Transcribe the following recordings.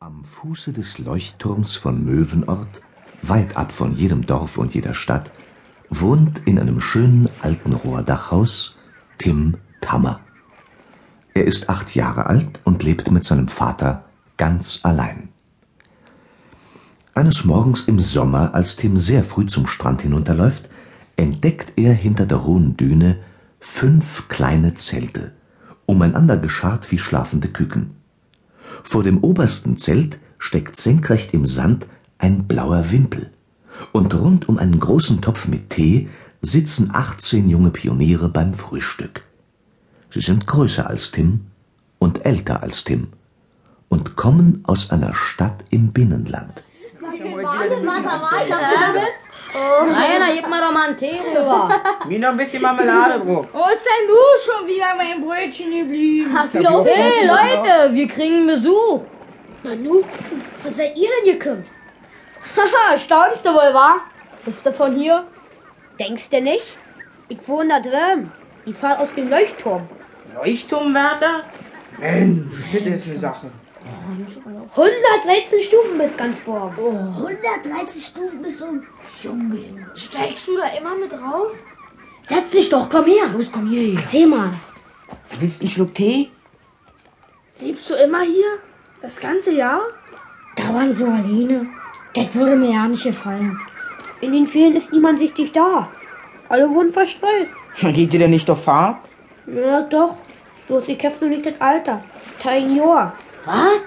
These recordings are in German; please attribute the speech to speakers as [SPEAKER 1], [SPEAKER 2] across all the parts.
[SPEAKER 1] Am Fuße des Leuchtturms von Mövenort, weit ab von jedem Dorf und jeder Stadt, wohnt in einem schönen alten Rohrdachhaus Tim Tammer. Er ist acht Jahre alt und lebt mit seinem Vater ganz allein. Eines Morgens im Sommer, als Tim sehr früh zum Strand hinunterläuft, entdeckt er hinter der hohen Düne fünf kleine Zelte, umeinander geschart wie schlafende Küken. Vor dem obersten Zelt steckt senkrecht im Sand ein blauer Wimpel, und rund um einen großen Topf mit Tee sitzen 18 junge Pioniere beim Frühstück. Sie sind größer als Tim und älter als Tim und kommen aus einer Stadt im Binnenland.
[SPEAKER 2] Rainer, gib mal doch mal einen Tee rüber.
[SPEAKER 3] Mir noch ein bisschen Marmelade drauf.
[SPEAKER 4] Wo ist denn du schon wieder mein Brötchen geblieben?
[SPEAKER 5] Hast du wieder auf?
[SPEAKER 2] Hey Leute, wir kriegen Besuch.
[SPEAKER 5] Manu, wann seid ihr denn gekommen?
[SPEAKER 4] Haha, staunst du wohl, wa? Bist du von hier?
[SPEAKER 5] Denkst du nicht? Ich wohne da drüben. Ich fahr aus dem Leuchtturm.
[SPEAKER 3] Leuchtturmwärter? Mensch, das ist eine Sache.
[SPEAKER 5] 113 Stufen bis ganz Born.
[SPEAKER 6] 113 Stufen bis zum Junge.
[SPEAKER 4] Steigst du da immer mit drauf?
[SPEAKER 6] Setz dich doch, komm her.
[SPEAKER 3] Los, komm hier.
[SPEAKER 6] Erzähl mal.
[SPEAKER 3] Willst du einen Schluck Tee?
[SPEAKER 4] Lebst du immer hier? Das ganze Jahr?
[SPEAKER 6] Dauernd so alleine. Das würde mir ja nicht gefallen.
[SPEAKER 5] In den Ferien ist niemand sichtig da. Alle wohnen verstreut.
[SPEAKER 3] Na, Geht ihr denn nicht auf Fahrt?
[SPEAKER 5] Ja, doch. Bloß ich kämpfe nur nicht das Alter. Tein Jahr.
[SPEAKER 6] Was?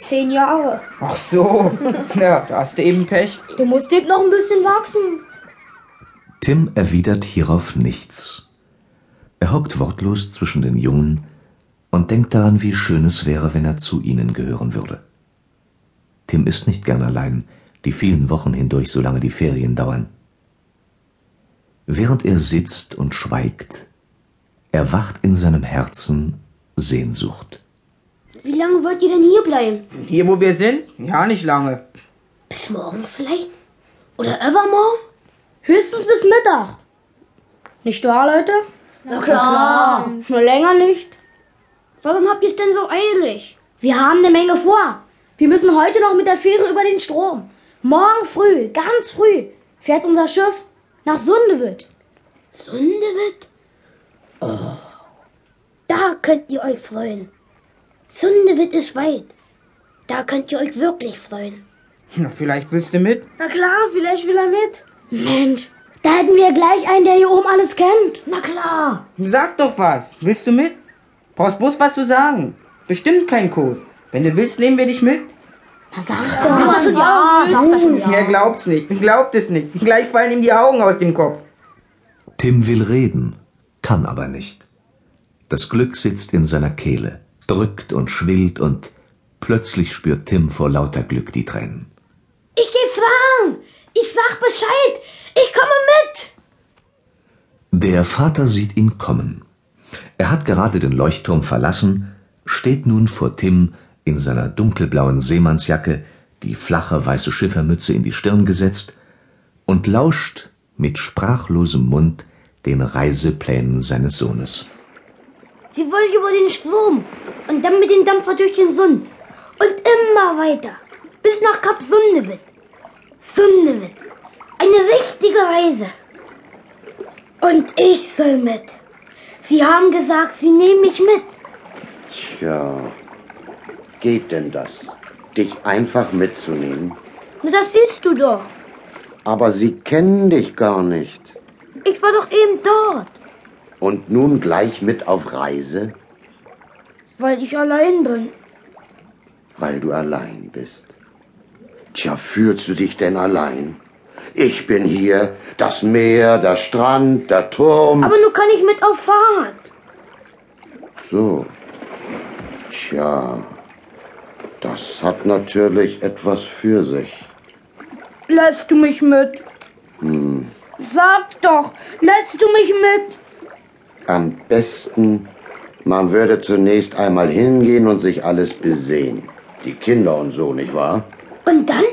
[SPEAKER 5] Zehn Jahre.
[SPEAKER 3] Ach so. Ja, da hast du eben Pech.
[SPEAKER 6] Du musst eben noch ein bisschen wachsen.
[SPEAKER 1] Tim erwidert hierauf nichts. Er hockt wortlos zwischen den Jungen und denkt daran, wie schön es wäre, wenn er zu ihnen gehören würde. Tim ist nicht gern allein, die vielen Wochen hindurch, solange die Ferien dauern. Während er sitzt und schweigt, erwacht in seinem Herzen Sehnsucht.
[SPEAKER 6] Wie lange wollt ihr denn hier bleiben?
[SPEAKER 3] Hier, wo wir sind? Ja, nicht lange.
[SPEAKER 6] Bis morgen vielleicht? Oder übermorgen? Höchstens bis Mittag.
[SPEAKER 5] Nicht wahr, Leute?
[SPEAKER 6] Na klar.
[SPEAKER 5] Nur länger nicht. Warum habt ihr es denn so eilig?
[SPEAKER 6] Wir haben eine Menge vor. Wir müssen heute noch mit der Fähre über den Strom. Morgen früh, ganz früh, fährt unser Schiff nach Sundewitt.
[SPEAKER 5] Sundewitt?
[SPEAKER 6] Oh. Da könnt ihr euch freuen. Sundewitt ist weit. Da könnt ihr euch wirklich freuen.
[SPEAKER 3] Na, vielleicht willst du mit?
[SPEAKER 4] Na klar, vielleicht will er mit.
[SPEAKER 6] Mensch, da hätten wir gleich einen, der hier oben alles kennt. Na klar.
[SPEAKER 3] Sag doch was. Willst du mit? Brauchst bloß was zu sagen. Bestimmt kein Code. Wenn du willst, nehmen wir dich mit.
[SPEAKER 6] Na sag doch. Das schon ja.
[SPEAKER 3] Er glaubt's nicht. Glaubt es nicht. Gleich fallen ihm die Augen aus dem Kopf.
[SPEAKER 1] Tim will reden, kann aber nicht. Das Glück sitzt in seiner Kehle, drückt und schwillt und plötzlich spürt Tim vor lauter Glück die Tränen.
[SPEAKER 6] Ich geh fragen. Ich sag Bescheid. Ich komme mit.
[SPEAKER 1] Der Vater sieht ihn kommen. Er hat gerade den Leuchtturm verlassen, steht nun vor Tim in seiner dunkelblauen Seemannsjacke, die flache weiße Schiffermütze in die Stirn gesetzt, und lauscht mit sprachlosem Mund den Reiseplänen seines Sohnes.
[SPEAKER 6] Wir wollen über den Strom und dann mit dem Dampfer durch den Sund. Und immer weiter. Bis nach Kap Sundewitt. Sundewitt. Eine richtige Reise. Und ich soll mit. Sie haben gesagt, sie nehmen mich mit.
[SPEAKER 7] Tja, geht denn das? Dich einfach mitzunehmen?
[SPEAKER 6] Na, das siehst du doch.
[SPEAKER 7] Aber sie kennen dich gar nicht.
[SPEAKER 6] Ich war doch eben dort.
[SPEAKER 7] Und nun gleich mit auf Reise,
[SPEAKER 5] Weil ich allein bin.
[SPEAKER 7] weil du allein bist. Tja, fühlst du dich denn allein? Ich bin hier, das Meer, der Strand, der Turm.
[SPEAKER 5] Aber nur kann ich mit auf Fahrt.
[SPEAKER 7] so. Tja, das hat natürlich etwas für sich.
[SPEAKER 5] Lässt du mich mit? Sag doch, lässt du mich mit?
[SPEAKER 7] Am besten, man würde zunächst einmal hingehen und sich alles besehen. Die Kinder und so, nicht wahr?
[SPEAKER 6] Und dann?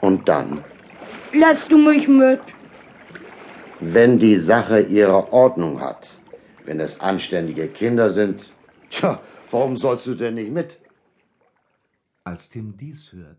[SPEAKER 7] Und dann,
[SPEAKER 5] Lässt du mich mit?
[SPEAKER 7] wenn die Sache ihre Ordnung hat, wenn es anständige Kinder sind, tja, warum sollst du denn nicht mit?
[SPEAKER 1] Als Tim dies hört,